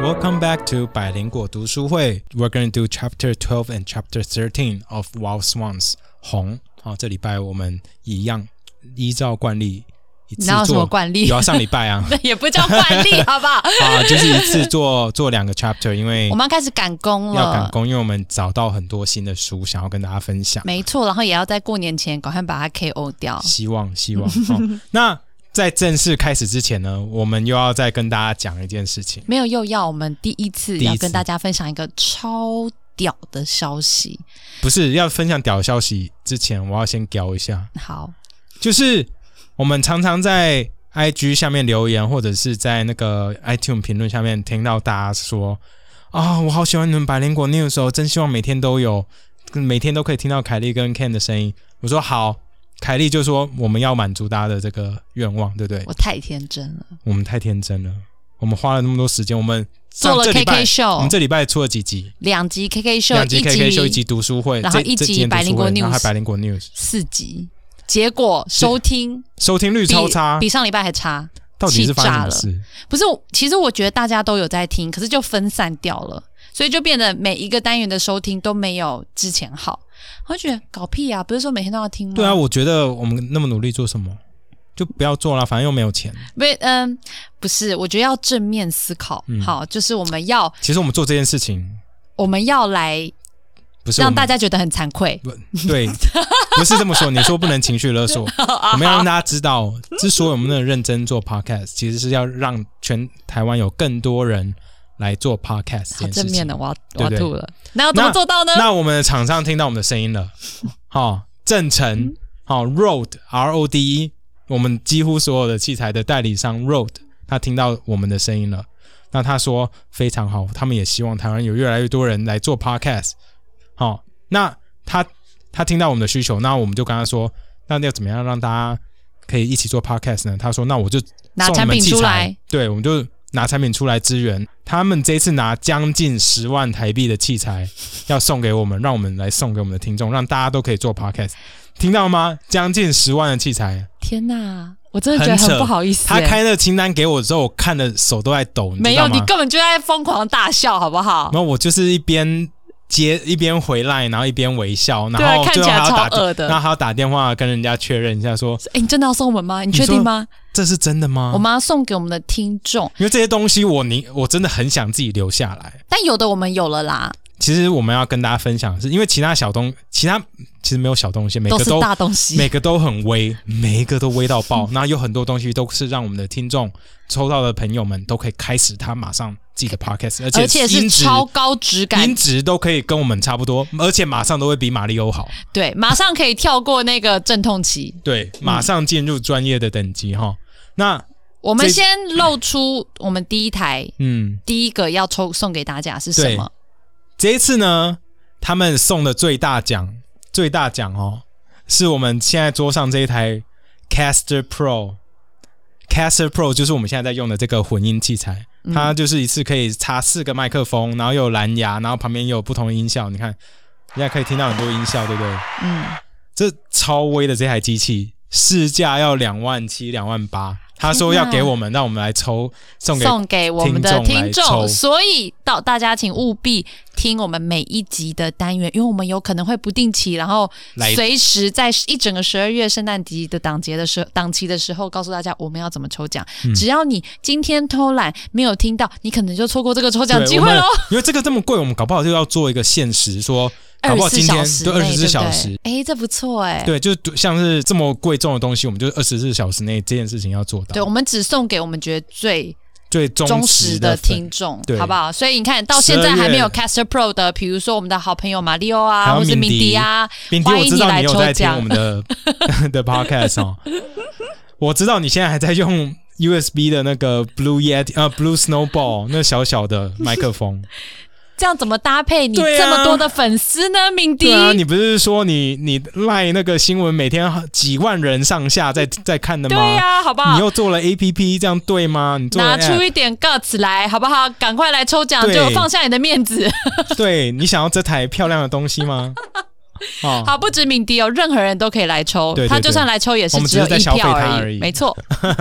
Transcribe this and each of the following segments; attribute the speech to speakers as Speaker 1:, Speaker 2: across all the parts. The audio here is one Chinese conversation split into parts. Speaker 1: Welcome back to 百灵果读书会。We're going to do Chapter Twelve and Chapter Thirteen of Wild Swans 红。好、这礼拜我们一样依照惯例一次
Speaker 2: 哪有什么
Speaker 1: 做
Speaker 2: 惯例，
Speaker 1: 有啊上礼拜啊
Speaker 2: 那也不叫惯 例，好不好？
Speaker 1: 啊，就是一次做做两个 chapter，因为
Speaker 2: 我们要开始赶工
Speaker 1: 要赶
Speaker 2: 了，
Speaker 1: 工，因为我们找到很多新的书想要跟大家分享。
Speaker 2: 没错，然后也要在过年前赶快把它 KO 掉。
Speaker 1: 希望，希 望。哦、那在正式开始之前呢，我们又要再跟大家讲一件事情。
Speaker 2: 没有又要，我们第一次
Speaker 1: 第一
Speaker 2: 要
Speaker 1: 次
Speaker 2: 跟大家分享一个超屌的消息。
Speaker 1: 不是要分享屌消息之前，我要先屌一下，
Speaker 2: 好，
Speaker 1: 就是我们常常在 IG 下面留言，或者是在那个 iTune 评论下面听到大家说啊、我好喜欢你们百灵果 news 哦，真希望每天都有，每天都可以听到凯莉跟 Ken 的声音。我说好，凯莉就说我们要满足大家的这个愿望，对不对？
Speaker 2: 我太天真了，
Speaker 1: 我们太天真了，我们花了那么多时间，我们上
Speaker 2: 做了
Speaker 1: 这礼拜
Speaker 2: KK 秀
Speaker 1: 我们这礼拜出了几集？
Speaker 2: 两集 KK 秀，
Speaker 1: 两集 KK 秀，一集读书会，
Speaker 2: 然后
Speaker 1: 这
Speaker 2: 一集
Speaker 1: 这几天读
Speaker 2: 百灵果
Speaker 1: 书会然后
Speaker 2: News
Speaker 1: 还百灵果 news，
Speaker 2: 四集，结果收听
Speaker 1: 收听率
Speaker 2: 比
Speaker 1: 超差
Speaker 2: 比，上礼拜还差。
Speaker 1: 到底是发生什么
Speaker 2: 气
Speaker 1: 事？
Speaker 2: 不是，其实我觉得大家都有在听，可是就分散掉了，所以就变得每一个单元的收听都没有之前好。我就觉得搞屁啊，不是说每天都要听吗？
Speaker 1: 对啊，我觉得我们那么努力做什么？就不要做了，反正又没有钱。
Speaker 2: 不，嗯，不是，我觉得要正面思考。
Speaker 1: 嗯
Speaker 2: 好，就是我们要
Speaker 1: 其实我们做这件事情
Speaker 2: 我们要来
Speaker 1: 不是我
Speaker 2: 让
Speaker 1: 们
Speaker 2: 大家觉得很惭愧。
Speaker 1: 不对，不是这么说。你说不能情绪勒 索，
Speaker 2: 哦
Speaker 1: 我们要让大家知道，之所以我们能认真做 podcast，其实是要让全台湾有更多人来做 podcast 这件
Speaker 2: 好
Speaker 1: 事
Speaker 2: 正
Speaker 1: 情。
Speaker 2: 面的，我要我
Speaker 1: 对不
Speaker 2: 要
Speaker 1: 对
Speaker 2: 吐了。那要怎么做到呢？
Speaker 1: 那我们的厂商听到我们的声音了， 好、正成，好、Road R O D E，我们几乎所有的器材的代理商 Road，他听到我们的声音了，那他说非常好，他们也希望台湾有越来越多人来做 Podcast，好、那他他听到我们的需求，那我们就跟他说，那要怎么样让大家可以一起做 Podcast 呢？他说，那我就
Speaker 2: 拿
Speaker 1: 送你
Speaker 2: 产
Speaker 1: 们
Speaker 2: 品
Speaker 1: 器
Speaker 2: 出
Speaker 1: 材
Speaker 2: 来，
Speaker 1: 对，我们就拿产品出来支援。他们这次拿将近十万台币的器 材要送给我们，让我们来送给我们的听众，让大家都可以做 podcast，听到吗？将近十万的器材，
Speaker 2: 天哪，我真的觉得
Speaker 1: 很
Speaker 2: 很
Speaker 1: 扯
Speaker 2: 不好意思、
Speaker 1: 他
Speaker 2: 欸。
Speaker 1: 开那个清单给我之后，我看的手都在抖，你
Speaker 2: 没
Speaker 1: 知道
Speaker 2: 有，你
Speaker 1: 吗？
Speaker 2: 根本就在疯狂大笑，好不好
Speaker 1: 然？后我就是一边接一边回来，然后一边微笑，
Speaker 2: 对啊
Speaker 1: 然后
Speaker 2: 看起
Speaker 1: 最
Speaker 2: 来
Speaker 1: 后还要打
Speaker 2: 超恶的
Speaker 1: 然后还要打电话跟人家确认一下说，
Speaker 2: 哎、你真的要送我们吗？你
Speaker 1: 你
Speaker 2: 确
Speaker 1: 说啊
Speaker 2: 定吗？
Speaker 1: 这是真的吗？
Speaker 2: 我们要送给我们的听众，
Speaker 1: 因为这些东西我你我真的很想自己留下来。
Speaker 2: 但有的我们有了啦，
Speaker 1: 其实我们要跟大家分享的是，因为其他小东，其他其实没有小东西，每
Speaker 2: 都
Speaker 1: 个
Speaker 2: 是
Speaker 1: 都
Speaker 2: 大东西。
Speaker 1: 每个都很 微，每一个都微到爆。那有很多东西都是让我们的听众抽到的朋友们都可以开始他马上自己的 podcast，而且
Speaker 2: 而且
Speaker 1: 音
Speaker 2: 是
Speaker 1: 质
Speaker 2: 超高质感
Speaker 1: 音，质都可以跟我们差不多，而且马上都会比马里欧好。
Speaker 2: 对，马上可以跳过那个阵痛期。
Speaker 1: 对，马上进入专业的等级哈。那
Speaker 2: 我们
Speaker 1: 这
Speaker 2: 先露出我们第一台
Speaker 1: 嗯，
Speaker 2: 第一个要抽送给大家是什么？
Speaker 1: 这一次呢，他们送的最大奖，最大奖哦，是我们现在桌上这一台 Caster Pro。Caster Pro 就是我们现在在用的这个混音器材，它就是一次可以插四个麦克风，然后有蓝牙，然后旁边也有不同的音效。你看，现在可以听到很多音效，对不对？
Speaker 2: 嗯，
Speaker 1: 这超威的这台机器市价要两万七、两万八，他说要给我们，让我们来抽送给
Speaker 2: 送给我们的听
Speaker 1: 听众来抽
Speaker 2: 众，所以到大家请务必听我们每一集的单元，因为我们有可能会不定期，然后
Speaker 1: 来
Speaker 2: 随时在一整个十二月圣诞节的档节的时候，档期的时候告诉大家我们要怎么抽奖。
Speaker 1: 嗯
Speaker 2: 只要你今天偷懒没有听到，你可能就错过这个抽奖
Speaker 1: 对，
Speaker 2: 机会
Speaker 1: 我
Speaker 2: 喽。
Speaker 1: 们因为这个这么贵，我们搞不好就要做一个限时，说搞不
Speaker 2: 二十
Speaker 1: 好
Speaker 2: 四
Speaker 1: 今天
Speaker 2: 小时
Speaker 1: 对
Speaker 2: 内，
Speaker 1: 二十
Speaker 2: 对
Speaker 1: 四
Speaker 2: 不
Speaker 1: 小
Speaker 2: 对
Speaker 1: 时，
Speaker 2: 哎，这不错哎。
Speaker 1: 对，就是像是这么贵重的东西，我们就是二十四小时内这件事情要做
Speaker 2: 对，
Speaker 1: 到
Speaker 2: 我们只送给我们觉得最
Speaker 1: 最
Speaker 2: 忠
Speaker 1: 实
Speaker 2: 实的
Speaker 1: 粉
Speaker 2: 听众
Speaker 1: 对，
Speaker 2: 好不好？所以你看到现在
Speaker 1: 12月
Speaker 2: 还没有 Caster Pro 的，比如说我们的好朋友马里奥
Speaker 1: 还
Speaker 2: 啊，
Speaker 1: 有
Speaker 2: 或是
Speaker 1: 敏
Speaker 2: 敏
Speaker 1: 迪
Speaker 2: 迪啊，
Speaker 1: 冰迪，
Speaker 2: 欢
Speaker 1: 我
Speaker 2: 迎
Speaker 1: 知
Speaker 2: 你
Speaker 1: 道
Speaker 2: 来
Speaker 1: 你有
Speaker 2: 抽
Speaker 1: 在听
Speaker 2: 奖
Speaker 1: 我们 的 的 podcast 哦，我知道你现在还在用 USB 的那个 Blue Yeti 呃 Blue Snowball 那小小的麦克 风。
Speaker 2: 这样怎么搭配你
Speaker 1: 对啊
Speaker 2: 这么多的粉丝呢？敏迪
Speaker 1: 对，啊，你不是说你你赖那个新闻每天几万人上下在在看的吗？
Speaker 2: 对呀，好不
Speaker 1: 你
Speaker 2: 好？
Speaker 1: 又做了 A P P，这样对吗？你做了
Speaker 2: 啊拿
Speaker 1: app
Speaker 2: 出一点 guts 来，好不好？赶快来抽奖，
Speaker 1: 对
Speaker 2: 就放下你的面子。
Speaker 1: 对你想要这台漂亮的东西吗？哦，
Speaker 2: 好，不止敏迪哦，任何人都可以来抽，
Speaker 1: 对对
Speaker 2: 他
Speaker 1: 对
Speaker 2: 就算来抽也
Speaker 1: 我
Speaker 2: 是
Speaker 1: 们
Speaker 2: 有
Speaker 1: 只是
Speaker 2: 一
Speaker 1: 在消费
Speaker 2: 票
Speaker 1: 他而已
Speaker 2: 已，没错，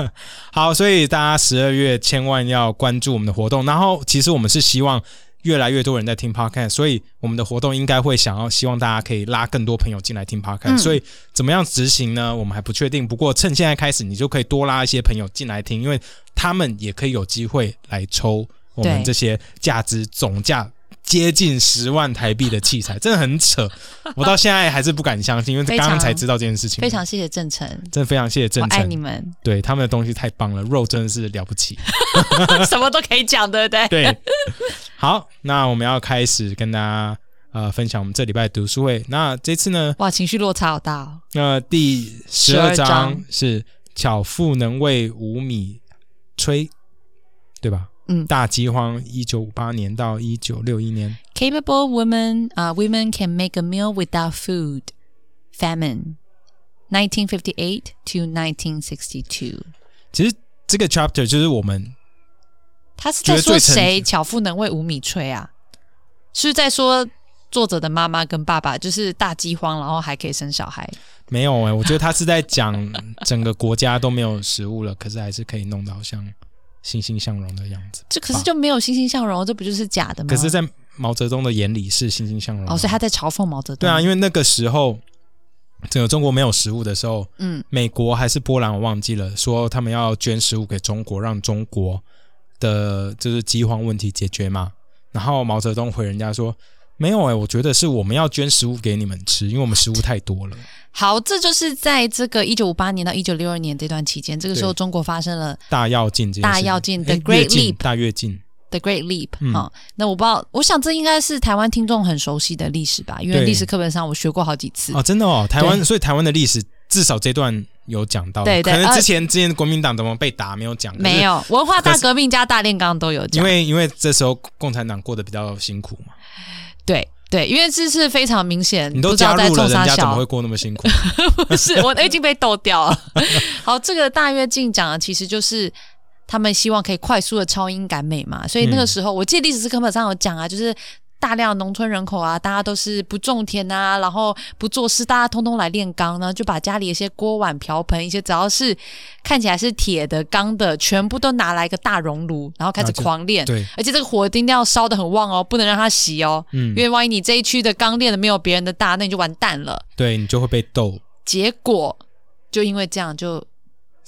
Speaker 1: 好，所以大家十二月千万要关注我们的活动。然后，其实我们是希望越来越多人在听 podcast，所以我们的活动应该会想要希望大家可以拉更多朋友进来听 podcast、
Speaker 2: 嗯
Speaker 1: 所以怎么样执行呢？我们还不确定。不过趁现在开始，你就可以多拉一些朋友进来听，因为他们也可以有机会来抽我们
Speaker 2: 对
Speaker 1: 这些价值总价。接近十万台币的器材，真的很扯，我到现在还是不敢相信，因为
Speaker 2: 非
Speaker 1: 刚刚
Speaker 2: 常
Speaker 1: 才知道这件事情。
Speaker 2: 非常谢谢郑晨，
Speaker 1: 真的非常谢谢
Speaker 2: 我
Speaker 1: 郑
Speaker 2: 爱
Speaker 1: 成
Speaker 2: 你，们，
Speaker 1: 对他们的东西太棒了，肉真的是了不起。
Speaker 2: 什么都可以讲，对不对？
Speaker 1: 对，好，那我们要开始跟大家呃分享我们这礼拜的读书会。那这次呢，
Speaker 2: 哇，情绪落差好大哦，
Speaker 1: 呃，第十二
Speaker 2: 12
Speaker 1: 章
Speaker 2: 章
Speaker 1: 是“巧妇能为无米炊”，对吧？
Speaker 2: 嗯
Speaker 1: 大饥荒一九五八年到一九六一年，
Speaker 2: Capable women, uh, women can make a meal without food. Famine, 1958 to 1962.
Speaker 1: 其实这个 chapter 就是我们
Speaker 2: 他是在
Speaker 1: 觉得最
Speaker 2: 说
Speaker 1: 沉
Speaker 2: 谁巧妇能为无米炊啊？是在说作者的妈妈跟爸爸就是大饥荒，然后还可以生小孩。
Speaker 1: 没有哎、我觉得他是在讲整个国家都没有食物了，可是还是可以弄到像欣欣向荣的样子。
Speaker 2: 这可是就没有欣欣向荣，这不就是假的吗？
Speaker 1: 可是，在毛泽东的眼里是欣欣向荣的。
Speaker 2: 哦，所以他在嘲讽毛泽东。
Speaker 1: 对啊，因为那个时候整个中国没有食物的时候，
Speaker 2: 嗯，
Speaker 1: 美国还是波兰我忘记了，说他们要捐食物给中国，让中国的就是饥荒问题解决嘛。然后毛泽东回人家说。没有哎、我觉得是我们要捐食物给你们吃，因为我们食物太多了。
Speaker 2: 好，这就是在这个一九五八年到一九六二年这段期间，这个时候
Speaker 1: 对
Speaker 2: 中国发生了
Speaker 1: 大跃进这件事
Speaker 2: 大跃进
Speaker 1: 哎
Speaker 2: The Great
Speaker 1: 跃进
Speaker 2: Leap
Speaker 1: 大跃进，
Speaker 2: The Great Leap 啊、
Speaker 1: 嗯
Speaker 2: 那我不知道，我想这应该是台湾听众很熟悉的历史吧，因为
Speaker 1: 对
Speaker 2: 历史课本上我学过好几次。
Speaker 1: 哦，真的哦，台湾，所以台湾的历史至少这段有讲到，
Speaker 2: 对对
Speaker 1: 可能
Speaker 2: 呃
Speaker 1: 之前之前国民党怎么被打没有讲，可是
Speaker 2: 没，有文化
Speaker 1: 可
Speaker 2: 大
Speaker 1: 是
Speaker 2: 革命加大炼钢都有
Speaker 1: 因
Speaker 2: 讲，
Speaker 1: 为因为这时候共产党过得比较辛苦嘛，
Speaker 2: 对对，因为这是非常明显，
Speaker 1: 你都
Speaker 2: 不知
Speaker 1: 加
Speaker 2: 道在
Speaker 1: 入了，
Speaker 2: 冲
Speaker 1: 人
Speaker 2: 啥
Speaker 1: 家怎么
Speaker 2: 小
Speaker 1: 会，过那么辛 苦？
Speaker 2: 不是我已经被逗掉了。 好，这个大跃进讲的其实就是他们希望可以快速的超英赶美嘛，所以那个
Speaker 1: 嗯
Speaker 2: 时候、我记得历史课本上有讲啊，就是。大量农村人口啊，大家都是不种田啊，然后不做事，大家通通来炼钢呢，就把家里一些锅碗瓢盆，一些只要是看起来是铁的、钢的，全部都拿来一个大熔炉，然后开
Speaker 1: 然后啊
Speaker 2: 始
Speaker 1: 就
Speaker 2: 狂炼。
Speaker 1: 对，
Speaker 2: 而且这个火一定要烧的很旺哦，不能让它熄哦，
Speaker 1: 嗯
Speaker 2: 因，为万一你这一区的钢炼的没有别人的大，那你就完蛋了。
Speaker 1: 对你就会被 斗，
Speaker 2: 结果就因为这样，就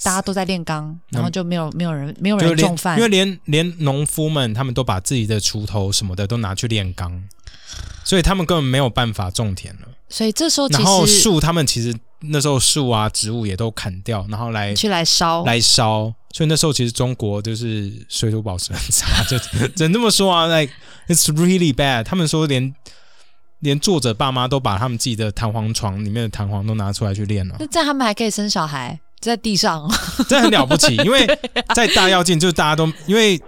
Speaker 2: 大家都在炼钢，
Speaker 1: 那
Speaker 2: 然后就没有没有人没有
Speaker 1: 嗯就
Speaker 2: 人
Speaker 1: 连
Speaker 2: 种饭
Speaker 1: 因为，连连农夫们他们都把自己的锄头什么的都拿去炼钢，所以他们根本没有办法种田了。
Speaker 2: 所以这时候其
Speaker 1: 然后
Speaker 2: 实
Speaker 1: 树，他们其实那时候树啊植物也都砍掉，然后来
Speaker 2: 去来烧，
Speaker 1: 来烧。所以那时候其实中国就是水土保持很差，就 只能这么说啊。Like it's really bad。他们说连连作者爸妈都把他们自己的弹簧床里面的弹簧都拿出来去练了
Speaker 2: 那，这样他们还可以生小孩，在地上
Speaker 1: 这很了不起。因为
Speaker 2: 啊
Speaker 1: 在大跃进，就大家都因为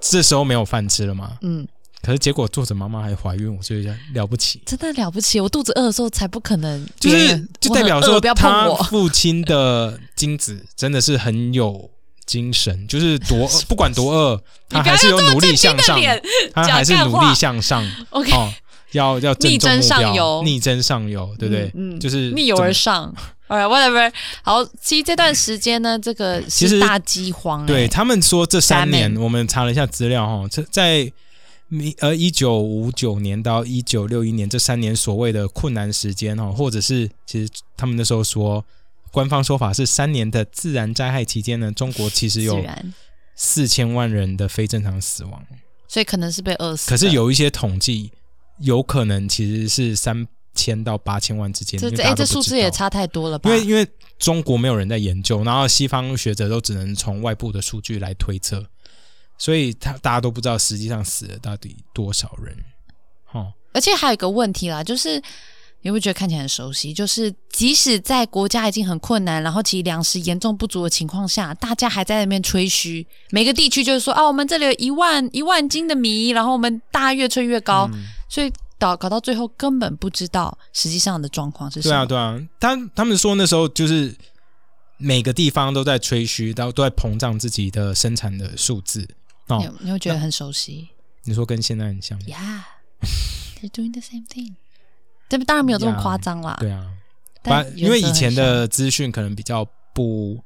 Speaker 1: 这时候没有饭吃了嘛。
Speaker 2: 嗯。
Speaker 1: 可是结果作者妈妈还怀孕，我觉得了不起。
Speaker 2: 真的了不起。我肚子饿的时候才不可能，
Speaker 1: 就是就代表
Speaker 2: 我很
Speaker 1: 说
Speaker 2: 饿不要碰
Speaker 1: 他
Speaker 2: 我。
Speaker 1: 父亲的精子真的是很有精神，就是 多不管多饿，他还是有努力向上
Speaker 2: 你不要用这么震惊的脸，
Speaker 1: 他还是努力向上
Speaker 2: OK，
Speaker 1: 哦，要要正中目
Speaker 2: 逆
Speaker 1: 标
Speaker 2: 增上游
Speaker 1: 逆增上游，对不对？
Speaker 2: 嗯嗯
Speaker 1: 就是
Speaker 2: 逆游而上。All right, whatever。好，其实这段时间呢，这个
Speaker 1: 其实
Speaker 2: 是大饥荒、欸，
Speaker 1: 对，他们说这三年，
Speaker 2: Famine
Speaker 1: 我们查了一下资料哈，这在民呃一九五九年到一九六一年这三年所谓的困难时间哈，或者是其实他们那时候说。官方说法是三年的自然灾害期间呢，中国其实有
Speaker 2: 自然，
Speaker 1: 四千万人的非正常死亡，
Speaker 2: 所以可能是被饿死的。
Speaker 1: 可是有一些统计，有可能其实是三千到八千万之间。
Speaker 2: 这
Speaker 1: 因为
Speaker 2: 这
Speaker 1: 大家
Speaker 2: 哎，
Speaker 1: 都
Speaker 2: 这
Speaker 1: 不
Speaker 2: 数
Speaker 1: 知
Speaker 2: 字也
Speaker 1: 道，
Speaker 2: 差太多了吧？
Speaker 1: 因为因为中国没有人在研究，然后西方学者都只能从外部的数据来推测，所以他大家都不知道实际上死了到底多少人。哦，
Speaker 2: 而且还有一个问题啦，就是你会觉得看起来很熟悉，就是即使在国家已经很困难，然后其实粮食严重不足的情况下，大家还在那边吹嘘，每个地区就是说啊，我们这里有一万一万斤的米，然后我们大家越吹越高，
Speaker 1: 嗯
Speaker 2: 所以搞搞到最后根本不知道实际上的状况是什
Speaker 1: 对啊，
Speaker 2: 么。
Speaker 1: 对啊，他他们说那时候就是每个地方都在吹嘘，都都在膨胀自己的生产的数字。哦
Speaker 2: 你，有你会觉得很熟悉
Speaker 1: 你说跟现在很像吗？啊
Speaker 2: ，Yeah，they're doing the same thing。这当然没有这么
Speaker 1: 呀
Speaker 2: 夸张啦。
Speaker 1: 对啊，
Speaker 2: 但
Speaker 1: 不然
Speaker 2: 原
Speaker 1: 因为
Speaker 2: 则
Speaker 1: 以
Speaker 2: 很
Speaker 1: 前
Speaker 2: 像，
Speaker 1: 的资讯可能比较不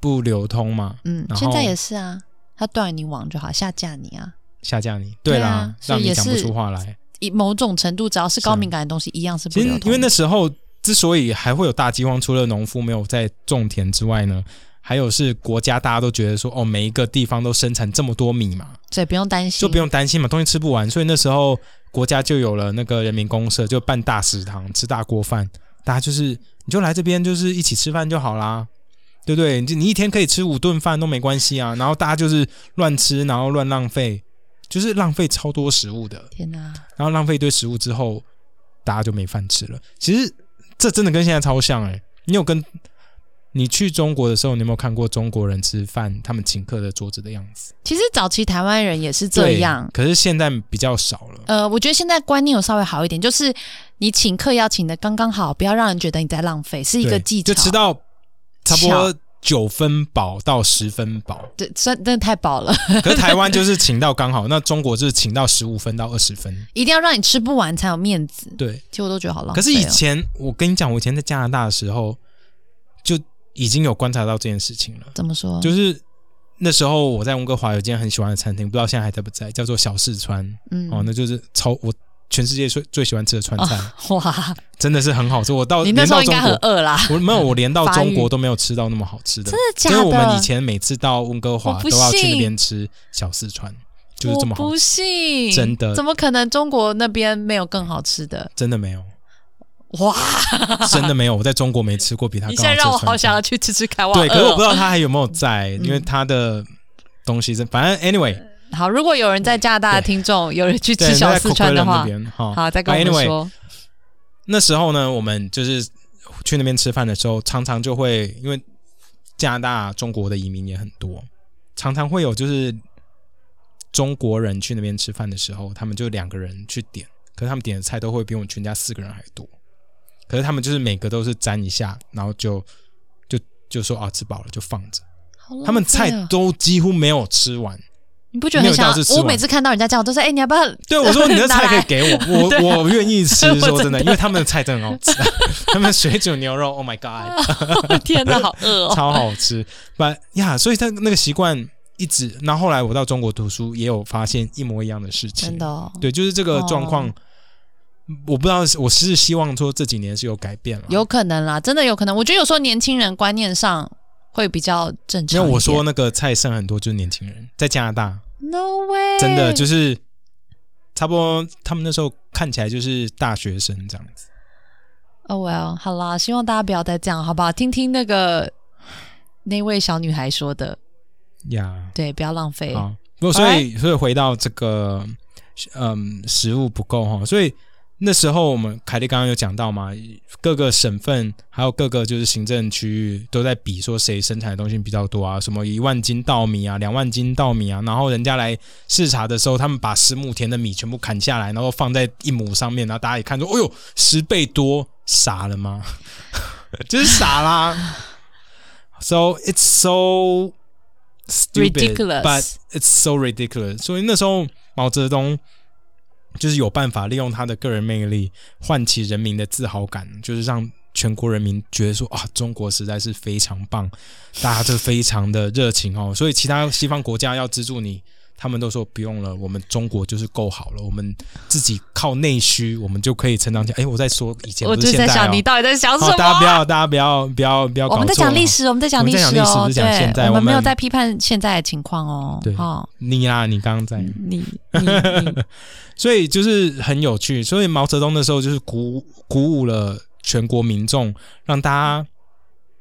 Speaker 1: 不流通嘛，
Speaker 2: 嗯，
Speaker 1: 然
Speaker 2: 现在
Speaker 1: 后
Speaker 2: 也是啊，他断你网就好，下架你啊。
Speaker 1: 下架你，
Speaker 2: 对啊
Speaker 1: 啦，
Speaker 2: 所以
Speaker 1: 让你
Speaker 2: 也
Speaker 1: 讲不
Speaker 2: 是
Speaker 1: 出话来。
Speaker 2: 以某种程度，只要是
Speaker 1: 是啊
Speaker 2: 高敏感的东西，一样是不
Speaker 1: 其
Speaker 2: 流
Speaker 1: 实因
Speaker 2: 通
Speaker 1: 为
Speaker 2: 的。
Speaker 1: 那时候之所以还会有大饥荒，除了农夫没有在种田之外呢，还有是国家大家都觉得说，哦，每一个地方都生产这么多米嘛，
Speaker 2: 所以不用担心，
Speaker 1: 就不用担心嘛，东西吃不完，所以那时候国家就有了那个人民公社，就办大食堂，吃大锅饭，大家就是你就来这边就是一起吃饭就好啦。对不对？你你一天可以吃五顿饭都没关系啊，然后大家就是乱吃，然后乱浪费，就是浪费超多食物的。
Speaker 2: 天哪，
Speaker 1: 然后浪费一堆食物之后，大家就没饭吃了。其实这真的跟现在超像哎、你有跟你去中国的时候，你有没有看过中国人吃饭他们请客的桌子的样子？
Speaker 2: 其实早期台湾人也是这样
Speaker 1: 对。可是现在比较少了。
Speaker 2: 呃，我觉得现在观念有稍微好一点，就是你请客要请的刚刚好，不要让人觉得你在浪费，是一个
Speaker 1: 对
Speaker 2: 技
Speaker 1: 就
Speaker 2: 巧。
Speaker 1: 吃到差不多九分饱到十分饱
Speaker 2: ，对，真真的太饱了，
Speaker 1: 可是台湾就是请到刚好，那中国就是请到十五分到二十分。
Speaker 2: 一定要让你吃不完才有面子。
Speaker 1: 对，
Speaker 2: 其实我都觉得好浪
Speaker 1: 可
Speaker 2: 费、哦。
Speaker 1: 是以前我跟你讲，我以前在加拿大的时候就已经有观察到这件事情了。
Speaker 2: 怎么说？
Speaker 1: 就是那时候我在温哥华有间很喜欢的餐厅，不知道现在还在不在，叫做小四川、
Speaker 2: 嗯，
Speaker 1: 哦，那就是超我全世界最最喜欢吃的川菜，
Speaker 2: 哦 哇，
Speaker 1: 真的是很好吃。我到
Speaker 2: 你那
Speaker 1: 连
Speaker 2: 时候
Speaker 1: 到
Speaker 2: 应
Speaker 1: 哦中
Speaker 2: 该很
Speaker 1: 国，
Speaker 2: 饿啦，
Speaker 1: 我没有我连到
Speaker 2: 发
Speaker 1: 中国
Speaker 2: 育
Speaker 1: 都没有吃到那么好吃的，
Speaker 2: 真的假
Speaker 1: 因
Speaker 2: 的？
Speaker 1: 为我们以前每次到温哥
Speaker 2: 我
Speaker 1: 华
Speaker 2: 不
Speaker 1: 都要去那
Speaker 2: 信
Speaker 1: 边吃小四川，就是这么
Speaker 2: 我
Speaker 1: 好
Speaker 2: 不
Speaker 1: 吃，
Speaker 2: 信，
Speaker 1: 真的
Speaker 2: 怎么可能中国那边没有更好吃的？
Speaker 1: 真的没有，
Speaker 2: 哇！
Speaker 1: 真的没有，我在中国没吃过比它
Speaker 2: 你
Speaker 1: 更
Speaker 2: 现
Speaker 1: 好
Speaker 2: 在
Speaker 1: 吃的
Speaker 2: 让我
Speaker 1: 川
Speaker 2: 好
Speaker 1: 菜
Speaker 2: 想要去吃吃看，哇！
Speaker 1: 对，可是我不知
Speaker 2: 道。
Speaker 1: 道它还有没有在，因为
Speaker 2: 嗯
Speaker 1: 它的东西真，反正 anyway。
Speaker 2: 好，如果有人在加拿大的听众，有人去
Speaker 1: 对，
Speaker 2: 吃小四川的
Speaker 1: 那在 Coquitlam 那
Speaker 2: 话，
Speaker 1: 边哈
Speaker 2: 好，再跟我
Speaker 1: But
Speaker 2: 们
Speaker 1: anyway，
Speaker 2: 说。
Speaker 1: 那时候呢，我们就是去那边吃饭的时候，常常就会因为加拿大中国的移民也很多，常常会有就是中国人去那边吃饭的时候，他们就两个人去点，可是他们点的菜都会比我们全家四个人还多。可是他们就是每个都是沾一下，然后就就就说啊吃饱了就放着，
Speaker 2: 好浪
Speaker 1: 他们菜
Speaker 2: 费哦
Speaker 1: 都几乎没有吃完。
Speaker 2: 你不觉得很
Speaker 1: 没
Speaker 2: 想
Speaker 1: 有一道是吃？
Speaker 2: 我
Speaker 1: 完
Speaker 2: 每次看到人家这样，我都说：“哎，你要不要？”
Speaker 1: 对，我说你的菜可以给我，
Speaker 2: 对啊
Speaker 1: 我我 愿意吃
Speaker 2: 我。真的
Speaker 1: 说真的，因为他们的菜真的很好吃， 他们水煮牛肉，Oh my God，
Speaker 2: 天哪，好饿哦！
Speaker 1: 超好吃。把呀，所以他那个习惯一直，然后后来我到中国读书，也有发现一模一样的事情。
Speaker 2: 真的哦，
Speaker 1: 对，就是这个
Speaker 2: 哦
Speaker 1: 状况，我不知道，我是希望说这几年是有改变了。
Speaker 2: 有可能啦，真的有可能。我觉得有时候年轻人观念上会比较正常一
Speaker 1: 因
Speaker 2: 点。
Speaker 1: 为我说那个菜剩很多，就是年轻人在加拿大，
Speaker 2: No way，
Speaker 1: 真的就是差不多，他们那时候看起来就是大学生这样子。
Speaker 2: 哦、well，好啦，希望大家不要再这样，好不好？听听那个那位小女孩说的，
Speaker 1: 呀，
Speaker 2: 对，不要浪费。
Speaker 1: 好，不，啊所以所以回到这个，嗯，食物不够哈，所以那时候我们凯莉刚刚有讲到嘛，各个省份还有各个就是行政区域都在比说谁生产的东西比较多啊，什么一万斤稻米啊，两万斤稻米啊，然后人家来视察的时候，他们把十亩田的米全部砍下来，然后放在一亩上面，然后大家一看说，哦呦，十倍多，傻了吗？ 就是傻啦。So it's so stupid,
Speaker 2: Ridiculous.
Speaker 1: but it's so ridiculous. 所以那时候毛泽东就是有办法利用他的个人魅力，唤起人民的自豪感，就是让全国人民觉得说啊，中国实在是非常棒，大家都非常的热情哦。所以其他西方国家要资助你，他们都说不用了，我们中国就是够好了，我们自己靠内需，我们就可以成长起来。哎，我在说以前
Speaker 2: 我
Speaker 1: 不
Speaker 2: 就是
Speaker 1: 现
Speaker 2: 在
Speaker 1: 在
Speaker 2: 想，
Speaker 1: 哦
Speaker 2: 你。到底在想什
Speaker 1: 好，
Speaker 2: 么？
Speaker 1: 大家不要，大家不要，不要，不要搞
Speaker 2: 我们在
Speaker 1: 错
Speaker 2: 讲
Speaker 1: 了
Speaker 2: 历
Speaker 1: 哦
Speaker 2: 史，我们在讲历史
Speaker 1: 我
Speaker 2: 哦，
Speaker 1: 们在讲历史不是讲现在
Speaker 2: 对，
Speaker 1: 我们
Speaker 2: 们没有在批判现在的情况哦。
Speaker 1: 对
Speaker 2: 哦，
Speaker 1: 你啦，你刚刚在，
Speaker 2: 你你你
Speaker 1: 所以就是很有趣。所以毛泽东那时候就是鼓鼓舞了全国民众，让大家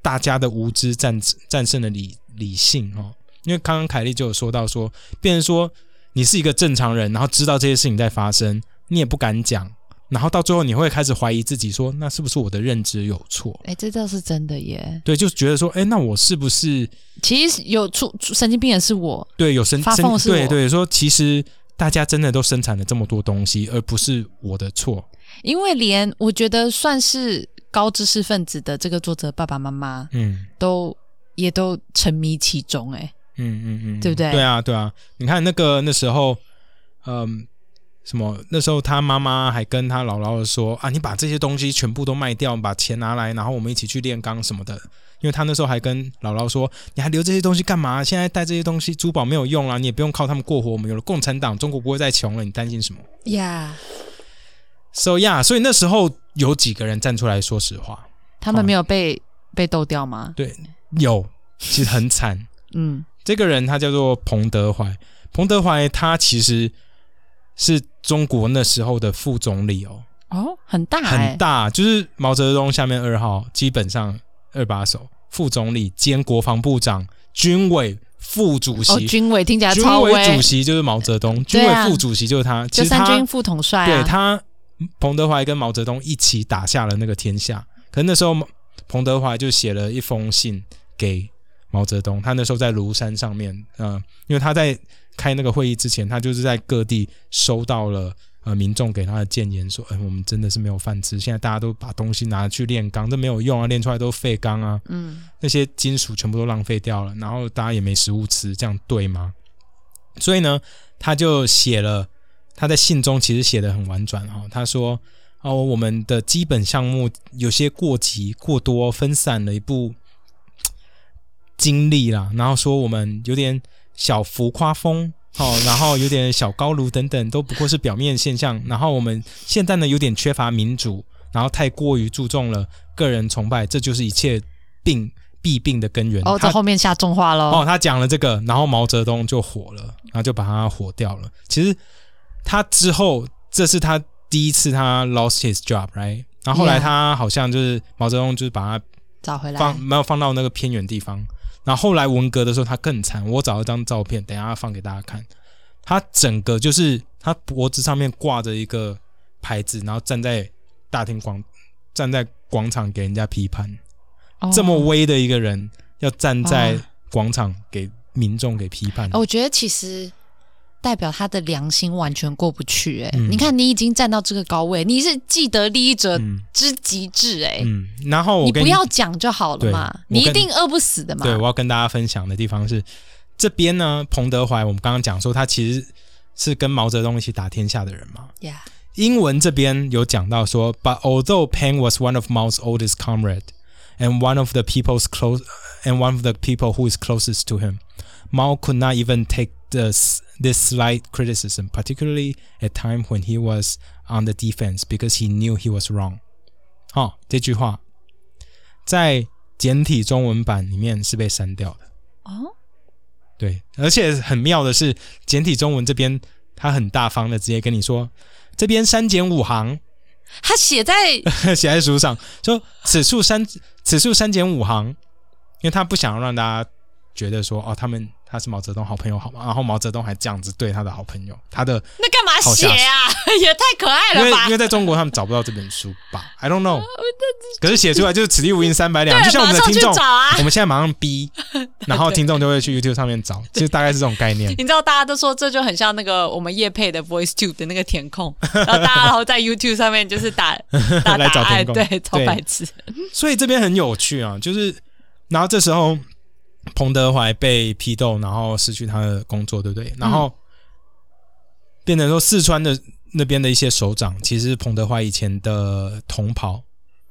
Speaker 1: 大家的无知战战胜了理理性哦。因为刚刚凯莉就有说到说，变成说你是一个正常人，然后知道这些事情在发生，你也不敢讲，然后到最后你会开始怀疑自己说，那是不是我的认知有错？
Speaker 2: 哎，这倒是真的耶。
Speaker 1: 对，就觉得说，哎，那我是不是
Speaker 2: 其实有出出神经病也是我，
Speaker 1: 对，有生
Speaker 2: 发
Speaker 1: 生
Speaker 2: 疯是
Speaker 1: 对
Speaker 2: 我
Speaker 1: 对说，其实大家真的都生产了这么多东西，而不是我的错。
Speaker 2: 因为连我觉得算是高知识分子的这个作者爸爸妈妈
Speaker 1: 嗯
Speaker 2: 都也都沉迷其中，哎，
Speaker 1: 嗯嗯嗯，
Speaker 2: 对不对
Speaker 1: 对啊对啊，你看那个那时候，嗯，什么？那时候他妈妈还跟他姥姥的说啊，你把这些东西全部都卖掉，把钱拿来，然后我们一起去炼钢什么的。因为他那时候还跟姥姥说，你还留这些东西干嘛？现在带这些东西珠宝没有用啦，你也不用靠他们过活。我们有了共产党，中国不会再穷了，你担心什么
Speaker 2: 呀
Speaker 1: ？So yeah，所以那时候有几个人站出来说实话，
Speaker 2: 他们没有被、被斗掉吗？
Speaker 1: 对，有，其实很惨。
Speaker 2: 嗯，
Speaker 1: 这个人他叫做彭德怀，彭德怀他其实是中国那时候的副总理哦，
Speaker 2: 哦，很大、欸，
Speaker 1: 很，大，就是毛泽东下面二号，基本上二把手，副总理兼国防部长、军委副主席。
Speaker 2: 哦，军委听起来
Speaker 1: 军
Speaker 2: 超
Speaker 1: 委
Speaker 2: 威
Speaker 1: 主，席就是毛泽东，军
Speaker 2: 对啊
Speaker 1: 委副主席就是他。其
Speaker 2: 就
Speaker 1: 实
Speaker 2: 三
Speaker 1: 他
Speaker 2: 军副统帅、啊，
Speaker 1: 对他，彭德怀跟毛泽东一起打下了那个天下。可是那时候，彭德怀就写了一封信给毛泽东。他那时候在庐山上面，呃，因为他在开那个会议之前，他就是在各地收到了呃民众给他的谏言，说：“哎、我们真的是没有饭吃，现在大家都把东西拿去炼钢，这没有用啊，炼出来都废钢啊。”
Speaker 2: 嗯，
Speaker 1: 那些金属全部都浪费掉了，然后大家也没食物吃，这样对吗？所以呢，他就写了，他在信中其实写的很婉转哈、哦，他说：“哦，我们的基本项目有些过急、过多，分散了一部精力啦，然后说我们有点小浮夸风。”哦，然后有点小高卢等等，都不过是表面现象。然后我们现在呢，有点缺乏民主，然后太过于注重了个人崇拜，这就是一切病弊病的根源。
Speaker 2: 哦，
Speaker 1: 他
Speaker 2: 在后面下重话喽、
Speaker 1: 哦，他讲了这个，然后毛泽东就火了，然后就把他火掉了。其实他之后，这是他第一次他 lost his job，right？然后后来
Speaker 2: Yeah
Speaker 1: 他好像就是毛泽东就是把他
Speaker 2: 找回来
Speaker 1: 放，没有放到那个偏远地方。然后后来文革的时候他更惨，我找了张照片，等一下放给大家看。他整个就是他脖子上面挂着一个牌子，然后站在大庭广站在广场给人家批判。
Speaker 2: 哦
Speaker 1: 这么威的一个人，要站在
Speaker 2: 哇
Speaker 1: 广场给民众给批判。
Speaker 2: 哦我觉得其实代表他的良心完全过不去、欸。哎、
Speaker 1: 嗯
Speaker 2: 你看，你已经站到这个高位，你是既得利益者
Speaker 1: 嗯
Speaker 2: 之极致、欸，哎、
Speaker 1: 嗯，然后我
Speaker 2: 你
Speaker 1: 跟
Speaker 2: 不要讲就好了嘛
Speaker 1: 对，
Speaker 2: 你
Speaker 1: 我
Speaker 2: 一
Speaker 1: 跟
Speaker 2: 定饿不死的嘛。
Speaker 1: 对我要跟大家分享的地方是，这边呢，彭德怀，我们刚刚讲说他其实是跟毛泽东一起打天下的人嘛。
Speaker 2: 呀
Speaker 1: 英文这边有讲到说，But although Peng was one of Mao's oldest comrade and one of the people's close and one of the people who is closest to him, Mao could not even take this this slight criticism, particularly at time when he was on the defense because he knew he was wrong. 好、这句话在简体中文版里面是被删掉的。
Speaker 2: 哦，
Speaker 1: 对，而且很妙的是，简体中文这边他很大方的直接跟你说，这边删减五行，
Speaker 2: 他 写在
Speaker 1: 写在书上，说此处删此处删减五行，因为他不想让大家觉得说哦，他们他是毛泽东好朋友好吗？然后毛泽东还这样子对他的好朋友，他的
Speaker 2: 那干嘛
Speaker 1: 好
Speaker 2: 写
Speaker 1: 吓
Speaker 2: 啊？ 也太可爱
Speaker 1: 因为
Speaker 2: 了吧
Speaker 1: 因！为在中国他们找不到这本书吧？I don't know，可是写出来就是此地无银三百两，就像我们的
Speaker 2: 马上
Speaker 1: 听
Speaker 2: 去
Speaker 1: 众
Speaker 2: 找，啊！
Speaker 1: 我们现在马上 逼，然后听众就会去 YouTube 上面找，就大概是这种概念。
Speaker 2: 你知道大家都说这就很像那个我们叶配的 Voice Tube 的那个填空，然后大家然后在 YouTube 上面就是打 打
Speaker 1: 来找
Speaker 2: 答
Speaker 1: 填
Speaker 2: 案，
Speaker 1: 空
Speaker 2: 对，超
Speaker 1: 对
Speaker 2: 白痴。
Speaker 1: 所以这边很有趣啊，就是然后这时候彭德怀被批斗，然后失去他的工作，对不对？然后、变成说四川的那边的一些首长，其实是彭德怀以前的同袍，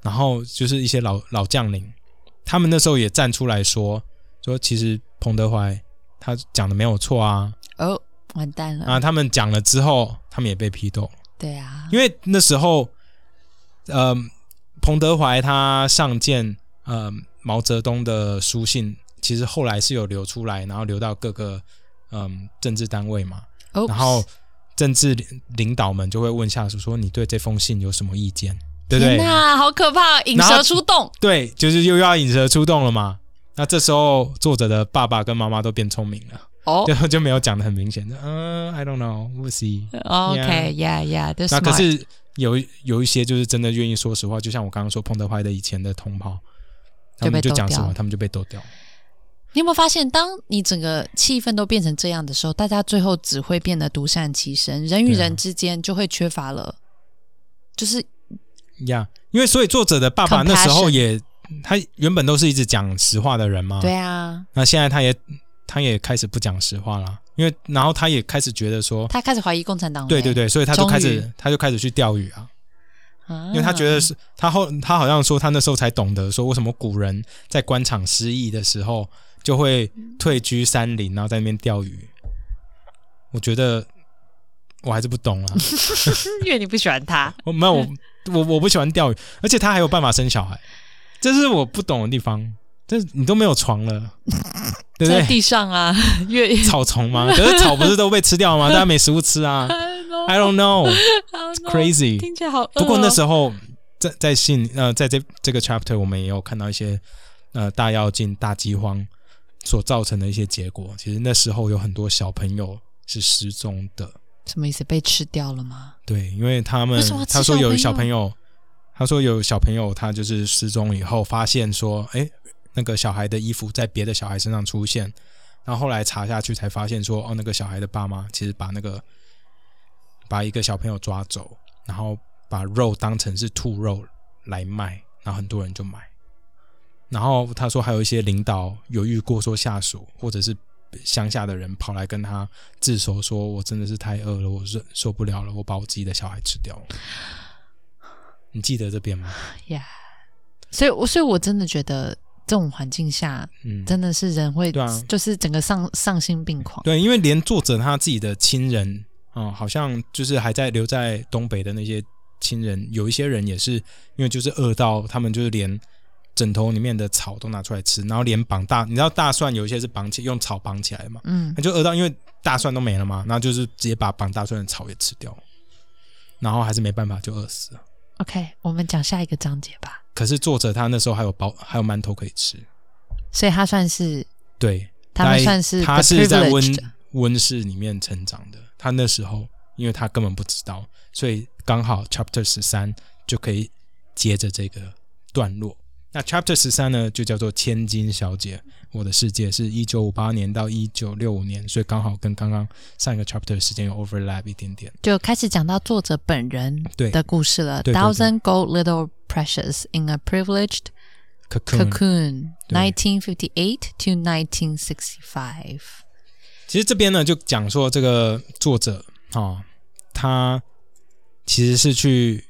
Speaker 1: 然后就是一些老老将领，他们那时候也站出来说说，其实彭德怀他讲的没有错啊，
Speaker 2: 哦，完蛋了！
Speaker 1: 啊，他们讲了之后，他们也被批斗。
Speaker 2: 对啊，
Speaker 1: 因为那时候，呃，彭德怀他上见呃毛泽东的书信，其实后来是有流出来，然后流到各个嗯、政治单位嘛，
Speaker 2: 哦
Speaker 1: 然后政治领领导们就会问下属说你对这封信有什么意见，对不
Speaker 2: 天
Speaker 1: 对？
Speaker 2: 哪，好可怕！引
Speaker 1: 然后
Speaker 2: 蛇出洞，
Speaker 1: 对，就是又要引蛇出洞了嘛。那这时候作者的爸爸跟妈妈都变聪明了，
Speaker 2: 哦
Speaker 1: 就就没有讲的很明显的，嗯、i don't know，we'll see。
Speaker 2: ，OK，yeah，yeah，这
Speaker 1: 那可是有一有一些就是真的愿意说实话，就像我刚刚说彭德怀的以前的同袍，他
Speaker 2: 就被
Speaker 1: 们就
Speaker 2: 斗
Speaker 1: 讲
Speaker 2: 掉
Speaker 1: 什么，
Speaker 2: 了
Speaker 1: 他们就被斗掉。
Speaker 2: 你有没有发现，当你整个气氛都变成这样的时候，大家最后只会变得独善其身，人与
Speaker 1: 对啊
Speaker 2: 人之间就会缺乏了，
Speaker 1: 嗯
Speaker 2: 就是
Speaker 1: 呀、因为所以作者的爸爸
Speaker 2: Compassion
Speaker 1: 那时候也，他原本都是一直讲实话的人嘛，
Speaker 2: 对啊，
Speaker 1: 那现在他也他也开始不讲实话啦，因因为然后他也开始觉得说，
Speaker 2: 他开始怀疑共产党了。
Speaker 1: 对对对，所以他就
Speaker 2: 终于
Speaker 1: 开始他就开始去钓鱼啊，
Speaker 2: 啊，
Speaker 1: 因为他觉得是他后他好像说他那时候才懂得说为什么古人在官场失意的时候就会退居山林，然后在那边钓鱼。我觉得我还是不懂啊，
Speaker 2: 因为你不喜欢他，
Speaker 1: 我没有我我我不喜欢钓鱼，而且他还有办法生小孩，这是我不懂的地方。这你都没有床了， 对不
Speaker 2: 在
Speaker 1: 对？
Speaker 2: 地 上啊，越
Speaker 1: 草丛吗？可是草不是都被吃掉吗？大家没食物吃啊。I don't know, crazy。
Speaker 2: 听起来好饿哦。
Speaker 1: 不过那时候在在信呃，在这这个 chapter 我们也有看到一些呃大跃进、大饥荒所造成的一些结果。其实那时候有很多小朋友是失踪的，
Speaker 2: 什么意思？被吃掉了吗？
Speaker 1: 对，因为他们
Speaker 2: 为什么要吃
Speaker 1: 他说有小
Speaker 2: 小朋
Speaker 1: 朋友，他说有小朋友他就是失踪以后发现说，哎，那个小孩的衣服在别的小孩身上出现，然后后来查下去才发现说，哦，那个小孩的爸妈其实把那个把一个小朋友抓走，然后把肉当成是兔肉来卖，然后很多人就买。然后他说，还有一些领导有遇过说下属或者是乡下的人跑来跟他自首，说我真的是太饿了，我忍受不了了，我把我自己的小孩吃掉了。你记得这边吗？
Speaker 2: 呀、所以我所以我真的觉得这种环境下，
Speaker 1: 嗯，
Speaker 2: 真的是人会、
Speaker 1: 对啊
Speaker 2: 就是整个丧丧心病狂。
Speaker 1: 对，因为连作者他自己的亲人啊、好像就是还在留在东北的那些亲人，有一些人也是因为就是饿到他们就是连枕头里面的草都拿出来吃，然后连绑大，你知道大蒜有一些是绑起用草绑起来的嘛，
Speaker 2: 嗯，
Speaker 1: 那就饿到因为大蒜都没了嘛，然后就是直接把绑大蒜的草也吃掉，然后还是没办法就饿死了。
Speaker 2: OK，我们讲下一个章节吧。
Speaker 1: 可是作者他那时候还有包还有馒头可以吃，
Speaker 2: 所以他算是
Speaker 1: 对，
Speaker 2: 他们算是
Speaker 1: 他
Speaker 2: the
Speaker 1: 是在温
Speaker 2: privileged
Speaker 1: 温室里面成长的。他那时候，因为他根本不知道，所以刚好 Chapter 十三就可以接着这个段落。那 Chapter 十三呢，就叫做《千金小姐》，我的世界是一九五八年到一九六五年，所以刚好跟刚刚上一个 Chapter 的时间有 overlap 一点点。
Speaker 2: 就开始讲到作者本人
Speaker 1: 对
Speaker 2: 的故事了。
Speaker 1: 对对对
Speaker 2: Thousand gold little precious in a privileged
Speaker 1: Cocoon，
Speaker 2: cocoon,
Speaker 1: 对
Speaker 2: 1958 to 1965。
Speaker 1: 其实这边呢，就讲说这个作者哈、哦，他其实是去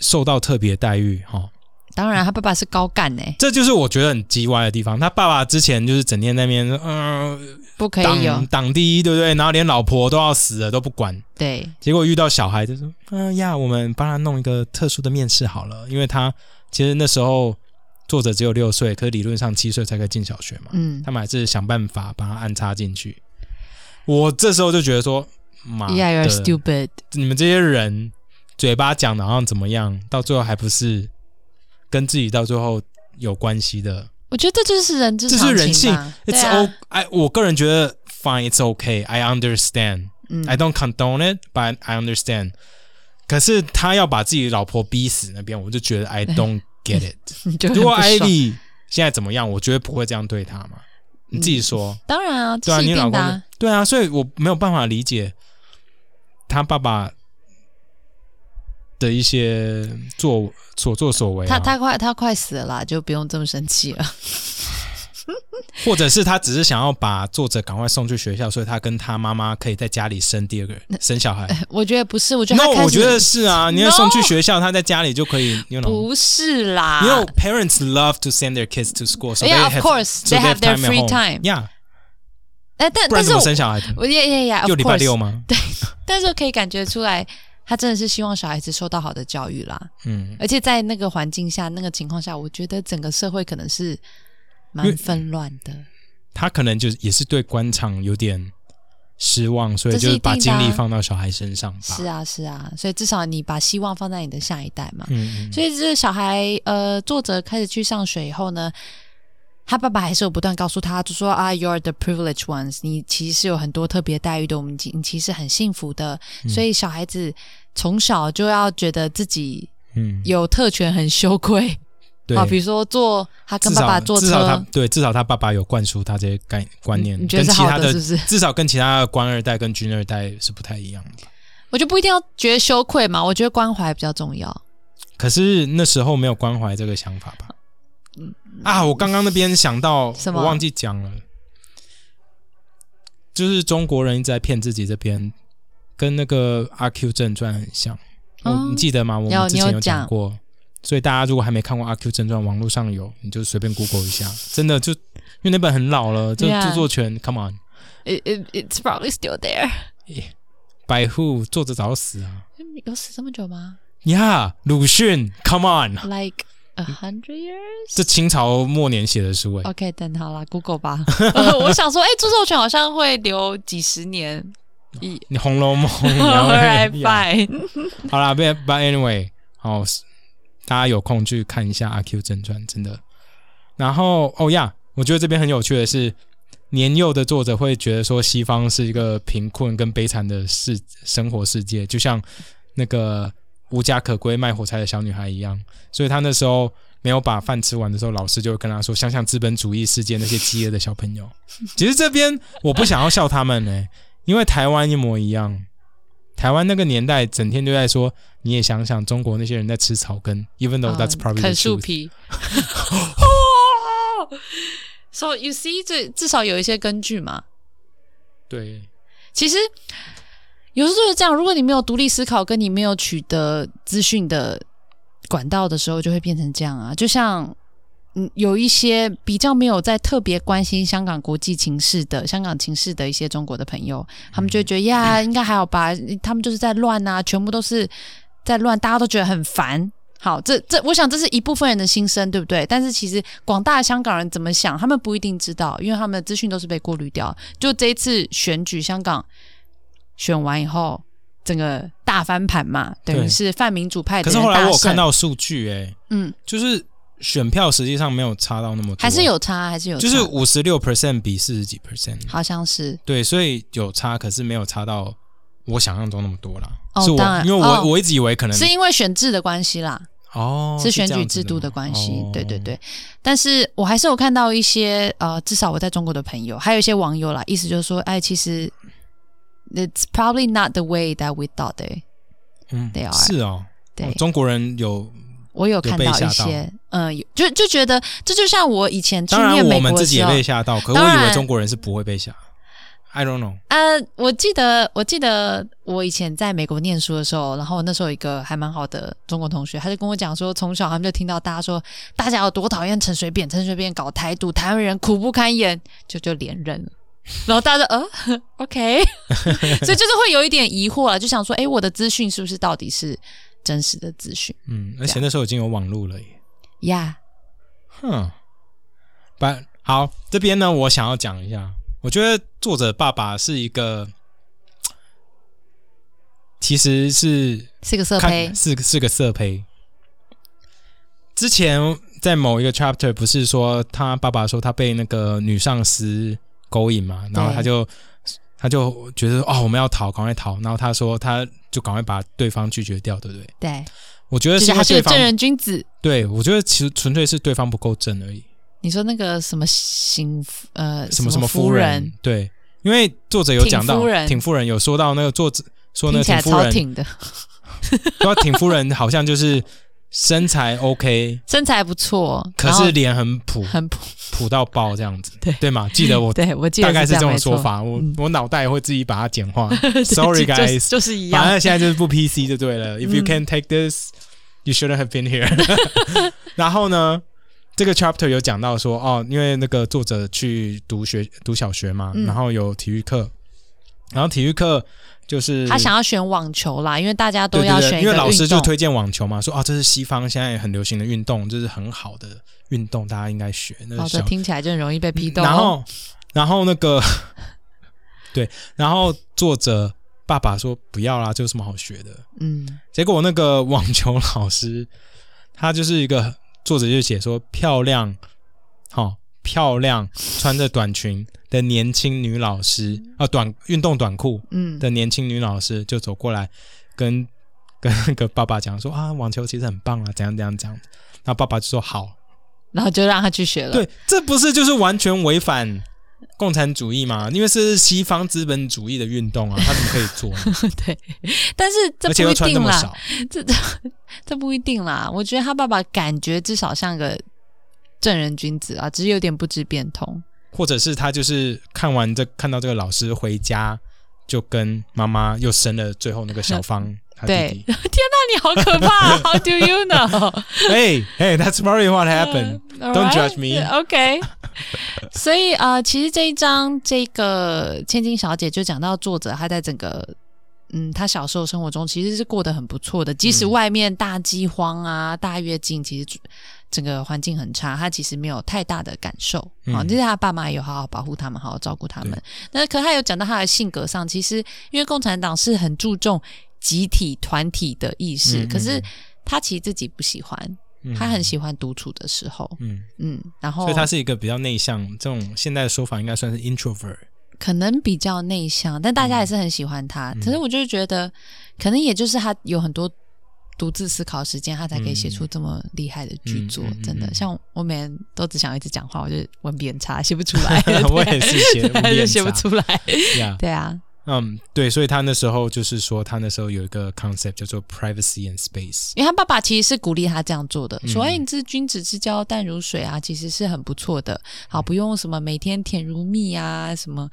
Speaker 1: 受到特别待遇哈、哦
Speaker 2: 当然，他爸爸是高干欸呢、
Speaker 1: 这就是我觉得很叽歪的地方。他爸爸之前就是整天在那边，嗯、
Speaker 2: 不可以有
Speaker 1: 党党第一，对不对？然后连老婆都要死了都不管。
Speaker 2: 对
Speaker 1: 结果遇到小孩就说，嗯、呀，我们帮他弄一个特殊的面试好了，因为他其实那时候作者只有六岁，可是理论上七岁才可以进小学嘛。
Speaker 2: 嗯
Speaker 1: 他们还是想办法把他安插进去。我这时候就觉得说，妈的
Speaker 2: ，Yeah, you're stupid。
Speaker 1: 你们这些人嘴巴讲的好像怎么样，到最后还不是跟自己到最后有关系的。
Speaker 2: 我觉得这就是人之
Speaker 1: 这
Speaker 2: 常
Speaker 1: 是人
Speaker 2: 情
Speaker 1: 性
Speaker 2: 吧。对
Speaker 1: ，It's
Speaker 2: 啊
Speaker 1: o I 我个人觉得 fine，It's okay。I understand。
Speaker 2: 嗯
Speaker 1: I don't condone it，but I understand。可是他要把自己老婆逼死那边，我就觉得 I don't get it。
Speaker 2: 你就很
Speaker 1: 如果
Speaker 2: 不爽
Speaker 1: Ivy 现在怎么样，我绝对不会这样对他嘛。
Speaker 2: 嗯
Speaker 1: 你自己说，
Speaker 2: 当然啊，
Speaker 1: 对
Speaker 2: 这
Speaker 1: 啊，
Speaker 2: 是
Speaker 1: 你
Speaker 2: 一
Speaker 1: 老
Speaker 2: 定的
Speaker 1: 公
Speaker 2: 啊、
Speaker 1: 对啊，所以我没有办法理解他爸爸的一些作所作所为、啊。
Speaker 2: 他他快他快死了啦，就不用这么生气了。
Speaker 1: 或者是他只是想要把作者赶快送去学校，所以他跟他妈妈可以在家里生第二个人生小孩。
Speaker 2: 我觉得不是，我觉得
Speaker 1: no，
Speaker 2: 呃他开始
Speaker 1: 我觉得是啊，你要
Speaker 2: No
Speaker 1: 送去学校，他在家里就可以，you know。
Speaker 2: 不是啦。
Speaker 1: You know, parents love to send their kids to school, so
Speaker 2: Yeah,
Speaker 1: they
Speaker 2: of
Speaker 1: have,
Speaker 2: course,
Speaker 1: so
Speaker 2: they have their
Speaker 1: time at
Speaker 2: free
Speaker 1: home.
Speaker 2: time.
Speaker 1: Yeah，
Speaker 2: 哎，但
Speaker 1: 不然怎
Speaker 2: 但是
Speaker 1: 么
Speaker 2: 我
Speaker 1: 生小孩的？
Speaker 2: 我也也也
Speaker 1: 就礼拜六
Speaker 2: 嘛。
Speaker 1: 吗？
Speaker 2: 但是我可以感觉出来，他真的是希望小孩子受到好的教育啦。
Speaker 1: 嗯，
Speaker 2: 而且在那个环境下、那个情况下，我觉得整个社会可能是蛮纷乱的。
Speaker 1: 他可能就是也是对官场有点失望，所以
Speaker 2: 这是
Speaker 1: 就是把
Speaker 2: 一定
Speaker 1: 精
Speaker 2: 的啊
Speaker 1: 力放到小孩身上吧。
Speaker 2: 是啊，是啊，所以至少你把希望放在你的下一代嘛。
Speaker 1: 嗯，嗯，
Speaker 2: 所以这个小孩，呃，作者开始去上学以后呢，他爸爸还是有不断告诉他，就说啊，you're the privileged ones，你其实是有很多特别待遇的，我们其你其实很幸福的。
Speaker 1: 嗯
Speaker 2: 所以小孩子从小就要觉得自己
Speaker 1: 嗯，
Speaker 2: 有特权，很羞愧。
Speaker 1: 对
Speaker 2: 啊，，比如说坐他跟
Speaker 1: 至
Speaker 2: 爸
Speaker 1: 少
Speaker 2: 爸坐
Speaker 1: 至少他
Speaker 2: 车，
Speaker 1: 对，至少他爸爸有灌输他这些概观念，
Speaker 2: 你觉得是
Speaker 1: 跟其
Speaker 2: 好
Speaker 1: 他的
Speaker 2: 的，是不是？
Speaker 1: 至少跟其他的官二代跟军二代是不太一样的。
Speaker 2: 我就不一定要觉得羞愧嘛，我觉得关怀比较重要。
Speaker 1: 可是那时候没有关怀这个想法吧？
Speaker 2: 嗯
Speaker 1: 啊，我刚刚那边想到，
Speaker 2: 什么
Speaker 1: 我忘记讲了，就是中国人一直在骗自己这边，跟那个《阿 Q 正传》很像。我、
Speaker 2: 哦
Speaker 1: 你记得吗？我
Speaker 2: 有
Speaker 1: 们之
Speaker 2: 你
Speaker 1: 前
Speaker 2: 有
Speaker 1: 有讲
Speaker 2: 讲
Speaker 1: 过，所以大家如果还没看过《阿 Q 正传》，网络上有，你就随便 Google 一下。真的就因为那本很老了，就
Speaker 2: Yeah
Speaker 1: 著作权，Come on，
Speaker 2: It, it, it's probably still there
Speaker 1: 百户作者早死啊！
Speaker 2: 嗯。有死这么久吗
Speaker 1: 呀、鲁迅，Come on，
Speaker 2: ？Like a hundred years？
Speaker 1: 这清朝末年写的书哎、
Speaker 2: OK，等好了，Google 吧。 我想说，哎、著作权好像会留几十年。一
Speaker 1: 你《红楼梦》 你要不要
Speaker 2: ，Alright，fine。
Speaker 1: 好啦，but but anyway，好，大家有空去看一下《阿 Q 正传》，真的。然后哦呀，我觉得这边很有趣的是，年幼的作者会觉得说西方是一个贫困跟悲惨的世生活世界，就像那个无家可归卖火柴的小女孩一样。所以她那时候没有把饭吃完的时候，老师就会跟她说：“想想资本主义世界那些饥饿的小朋友。”其实这边我不想要笑他们呢、欸因为台湾一模一样。台湾那个年代，整天就在说，你也想想中国那些人在吃草根，even though that's
Speaker 2: 嗯
Speaker 1: probably the
Speaker 2: 啃树
Speaker 1: truth
Speaker 2: 皮。So you see，这至少有一些根据嘛。
Speaker 1: 对，
Speaker 2: 其实有时候就是这样，如果你没有独立思考，跟你没有取得资讯的管道的时候，就会变成这样啊。就像嗯，有一些比较没有在特别关心香港国际情势的香港情势的一些中国的朋友，他们就会
Speaker 1: 嗯
Speaker 2: 觉得、呀，应该还好吧，他们就是在乱啊，全部都是在乱，大家都觉得很烦。好，这这，我想这是一部分人的心声，对不对？但是其实广大的香港人怎么想，他们不一定知道，因为他们的资讯都是被过滤掉。就这一次选举，香港选完以后，整个大翻盘嘛，等于
Speaker 1: 对
Speaker 2: 是泛民主派的
Speaker 1: 可
Speaker 2: 人
Speaker 1: 是
Speaker 2: 大
Speaker 1: 后
Speaker 2: 胜。
Speaker 1: 来我有看，到数据、欸，
Speaker 2: 嗯，
Speaker 1: 就是选票实际上没有差到那么多，
Speaker 2: 还是，有差，还是有差，
Speaker 1: 就是五十六 percent 比四十几 percent，
Speaker 2: 好像是
Speaker 1: 对，所以有差，可是没有差到我想象中那么多啦。
Speaker 2: 哦
Speaker 1: 是我
Speaker 2: 当然
Speaker 1: 因为我、
Speaker 2: 哦
Speaker 1: 我一直以为可能
Speaker 2: 是因为选制的关系啦，
Speaker 1: 哦
Speaker 2: 是选
Speaker 1: 这
Speaker 2: 举
Speaker 1: 样子
Speaker 2: 制度的
Speaker 1: 吗
Speaker 2: 关系，
Speaker 1: 哦
Speaker 2: 对对对。但是我还是有看到一些呃，至少我在中国的朋友，还有一些网友啦，意思就是说，哎，其实 it's probably not the way that we thought they
Speaker 1: 嗯
Speaker 2: they are
Speaker 1: 是哦，
Speaker 2: 啊对。
Speaker 1: 哦中国人有，
Speaker 2: 我有看
Speaker 1: 有
Speaker 2: 到
Speaker 1: 被吓
Speaker 2: 一
Speaker 1: 到
Speaker 2: 些，嗯，有就就觉得这就像我以前去
Speaker 1: 当然
Speaker 2: 念
Speaker 1: 我
Speaker 2: 美
Speaker 1: 们
Speaker 2: 国
Speaker 1: 自
Speaker 2: 的
Speaker 1: 己
Speaker 2: 时
Speaker 1: 也
Speaker 2: 候
Speaker 1: 被，吓到，可
Speaker 2: 当
Speaker 1: 我以为
Speaker 2: 然
Speaker 1: 中国人是不会被吓。I don't know，
Speaker 2: 呃，我记得，我记得我以前在美国念书的时候，然后那时候有一个还蛮好的中国同学，他就跟我讲说，从小他们就听到大家说，大家有多讨厌陈水扁，陈水扁搞台独，台湾人苦不堪言，就就连任了。 然后大家就呃，OK，所以就是会有一点疑惑了，就想说，诶，我的资讯是不是到底是真实的资讯
Speaker 1: 嗯，而且
Speaker 2: 啊
Speaker 1: 那时候已经有网络了耶。
Speaker 2: 呀
Speaker 1: 哼，把嗯好这边呢，我想要讲一下，我觉得作者爸爸是一个，其实是
Speaker 2: 是个色胚
Speaker 1: 看，是是个色胚。之前在某一个 chapter 不是说他爸爸说他被那个女上司勾引嘛，然后他就他就觉得哦我们要逃，赶快逃，然后他说他就赶快把对方拒绝掉，对不对？
Speaker 2: 对，
Speaker 1: 我觉得
Speaker 2: 就是
Speaker 1: 因
Speaker 2: 他
Speaker 1: 为
Speaker 2: 是个
Speaker 1: 对方
Speaker 2: 正，人君子。
Speaker 1: 对我觉得其实纯粹是对方不够正而已。
Speaker 2: 你说那个什么刑夫呃
Speaker 1: 什么什么
Speaker 2: 么
Speaker 1: 夫人
Speaker 2: 人，，
Speaker 1: 对，因为作者有讲到
Speaker 2: 挺夫人
Speaker 1: 挺夫人有说到那个作者说那
Speaker 2: 听
Speaker 1: 个
Speaker 2: 起
Speaker 1: 挺
Speaker 2: 来
Speaker 1: 夫
Speaker 2: 超
Speaker 1: 人，
Speaker 2: 挺的。
Speaker 1: 说挺夫人好像就是身材 OK，
Speaker 2: 身材不错，
Speaker 1: 可
Speaker 2: 然
Speaker 1: 是
Speaker 2: 后
Speaker 1: 脸很普
Speaker 2: 很普。
Speaker 1: 普到爆这样子，
Speaker 2: 对
Speaker 1: 对嘛？记得我
Speaker 2: 对我记得
Speaker 1: 大概是这
Speaker 2: 样
Speaker 1: 种
Speaker 2: 没
Speaker 1: 说
Speaker 2: 错。
Speaker 1: 法，我
Speaker 2: 嗯
Speaker 1: 我脑袋会自己把它简化
Speaker 2: 对
Speaker 1: ，Sorry
Speaker 2: 就
Speaker 1: guys，
Speaker 2: 就是就是一
Speaker 1: 反
Speaker 2: 样。嗯
Speaker 1: 正现在就是不 PC 就对了。If you can take this, you shouldn't have been here 。 然后呢，这个 chapter 有讲到说，哦，因为那个作者去读学读小学嘛，
Speaker 2: 嗯
Speaker 1: 然后有体育课，然后体育课就是
Speaker 2: 他想要选网球啦，因为大家都
Speaker 1: 对
Speaker 2: 要
Speaker 1: 对
Speaker 2: 选
Speaker 1: 对，
Speaker 2: 一
Speaker 1: 因
Speaker 2: 个
Speaker 1: 为老师
Speaker 2: 运
Speaker 1: 就
Speaker 2: 动。哦
Speaker 1: 推荐网球嘛，说啊、这是西方现在很流行的运动，这是很好的运动，大家应该学。那
Speaker 2: 好
Speaker 1: 个
Speaker 2: 的，
Speaker 1: 小嗯
Speaker 2: 这听起来就很容易被批斗。
Speaker 1: 然后，然后那个， 对，然后作者爸爸说不要啦，这有什么好学的？
Speaker 2: 嗯，
Speaker 1: 结果那个网球老师，他就是一个作者就写说漂亮，好、漂亮，穿着短裙的年轻女老师啊、短运动短裤
Speaker 2: 嗯
Speaker 1: 的年轻女老师就走过来跟 跟那个爸爸讲说啊，网球其实很棒啊，怎样怎样怎样。然后爸爸就说好，
Speaker 2: 然后就让他去学了。
Speaker 1: 对，这不是就是完全违反共产主义吗？因为这是西方资本主义的运动啊，他怎么可以做呢？
Speaker 2: 对，但是 这
Speaker 1: 而且
Speaker 2: 不
Speaker 1: 又
Speaker 2: 一
Speaker 1: 穿这
Speaker 2: 定
Speaker 1: 么
Speaker 2: 啦。
Speaker 1: 少，
Speaker 2: 这这 这不一定啦。我觉得他爸爸感觉至少像个正人君子啊，只是有点不知变通。
Speaker 1: 或者是他就是看完这看到这个老师回家，就跟妈妈又生了最后那个小芳，他弟
Speaker 2: 嗯对，
Speaker 1: 弟
Speaker 2: 天。哪，你好可怕啊 ！How do you know?
Speaker 1: 哎 哎，That's probably what happened. 嗯
Speaker 2: Uh, All
Speaker 1: Don't
Speaker 2: right?
Speaker 1: judge me.
Speaker 2: Yeah, OK 。 所以呃，其实这一章这个千金小姐就讲到作者她在整个嗯，她小时候生活中其实是过得很不错的，即使
Speaker 1: 嗯
Speaker 2: 外面大饥荒啊、大跃进，其实整个环境很差，她其实没有太大的感受。哦
Speaker 1: 嗯
Speaker 2: 好、但是她爸妈也有好好保护他们，好好照顾他们
Speaker 1: 对。
Speaker 2: 那可她有讲到她的性格上，其实因为共产党是很注重集体团体的意识，
Speaker 1: 嗯
Speaker 2: 可是
Speaker 1: 嗯
Speaker 2: 她其实自己不喜欢。
Speaker 1: 嗯
Speaker 2: 他很喜欢独处的时候，
Speaker 1: 嗯，
Speaker 2: 嗯，然后
Speaker 1: 所以他是一个比较内向，这种现在的说法应该算是 introvert。
Speaker 2: 可能比较内向，但大家也是很喜欢他。
Speaker 1: 嗯
Speaker 2: 可是我就是觉得，可能也就是他有很多独自思考时间，他才可以写出这么厉害的剧作。
Speaker 1: 嗯嗯嗯
Speaker 2: 真
Speaker 1: 嗯
Speaker 2: 的，
Speaker 1: 嗯。
Speaker 2: 像我每天都只想一直讲话，我就文笔很差，写不出来
Speaker 1: 我也是 写 文笔很差
Speaker 2: 就写不出来。
Speaker 1: Yeah，
Speaker 2: 对啊，
Speaker 1: 嗯，对，所以他那时候就是说，他那时候有一个 concept 叫做 privacy and space。
Speaker 2: 因为他爸爸其实是鼓励他这样做的，说：“哎，你这君子之交淡如水啊，其实是很不错的。好，不用什么每天甜如蜜啊，什么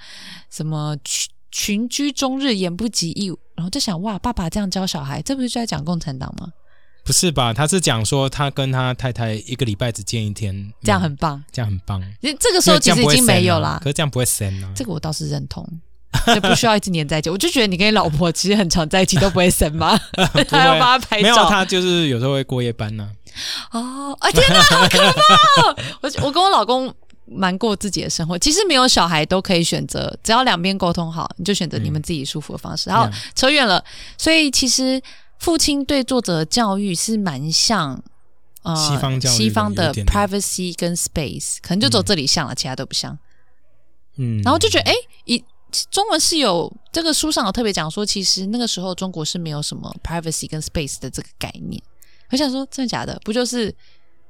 Speaker 2: 什么群群居终日言不及义。”然后就想：“哇，爸爸这样教小孩，这不是就在讲共产党吗？
Speaker 1: 不是吧？他是讲说他跟他太太一个礼拜只见一天，嗯
Speaker 2: 这样很棒。
Speaker 1: 这样很棒。
Speaker 2: 因为这个时
Speaker 1: 所
Speaker 2: 候
Speaker 1: 以
Speaker 2: 其实已经没有啦
Speaker 1: 啊可，是这样不会深啊。
Speaker 2: 这个我倒是认同。就不需要一直黏在一起，我就觉得你跟你老婆其实很常在一起都不会生吗？ 还要帮他拍
Speaker 1: 没有，啊
Speaker 2: 照，
Speaker 1: 他就是有时候会过夜班呢、
Speaker 2: 哦，啊天哪，好可怕哦！我 我跟我老公蛮过自己的生活，其实没有小孩都可以选择，只要两边沟通好，你就选择你们自己舒服的方式。然后
Speaker 1: 嗯
Speaker 2: 扯远了，所以其实父亲对作者的教育是蛮像。呃
Speaker 1: 西方教育的
Speaker 2: 西方
Speaker 1: 有
Speaker 2: 的
Speaker 1: 点的
Speaker 2: privacy 跟 space 可能就走这里像了，其他都不像。
Speaker 1: 嗯，
Speaker 2: 然后就觉得，哎、一中文是有这个书上有特别讲说，其实那个时候中国是没有什么 privacy 跟 space 的这个概念。我想说，真的假的？不就是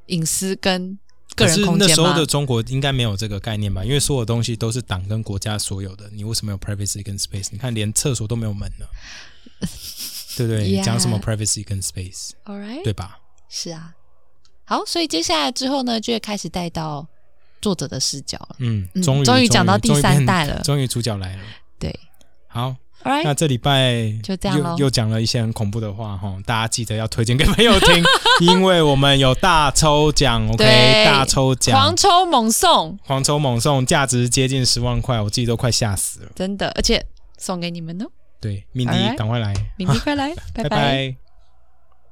Speaker 2: 隐私跟个
Speaker 1: 可是
Speaker 2: 人空
Speaker 1: 那
Speaker 2: 间
Speaker 1: 时候
Speaker 2: 吗
Speaker 1: 的？中国应该没有这个概念吧？因为所有东西都是党跟国家所有的，你为什么有 privacy 跟 space？你看连厕所都没有门 呢，对不对？
Speaker 2: Yeah
Speaker 1: 你讲什么 privacy 跟 space，
Speaker 2: All right，
Speaker 1: 对吧？
Speaker 2: 是啊。好，所以接下来之后呢，就会开始带到作者的视角了。
Speaker 1: 嗯，
Speaker 2: 嗯
Speaker 1: 终于
Speaker 2: 终于讲到第
Speaker 1: 终于
Speaker 2: 三
Speaker 1: 变
Speaker 2: 代了
Speaker 1: 终于主角来了。
Speaker 2: 对
Speaker 1: 好，
Speaker 2: ，All right，
Speaker 1: 那这礼拜
Speaker 2: 就这样咯
Speaker 1: 又又讲了一些很恐怖的话哈，吼大家记得要推荐给朋友 听，因为我们有大抽奖，OK，
Speaker 2: 对
Speaker 1: 大抽奖
Speaker 2: 狂，抽猛送，
Speaker 1: 狂抽猛送，价值接近十万块，我自己都快吓死了。
Speaker 2: 真的，而且送给你们哦。
Speaker 1: 对，敏迪
Speaker 2: Alright
Speaker 1: 赶快来，
Speaker 2: 明天快来，
Speaker 1: 拜
Speaker 2: 拜拜
Speaker 1: 拜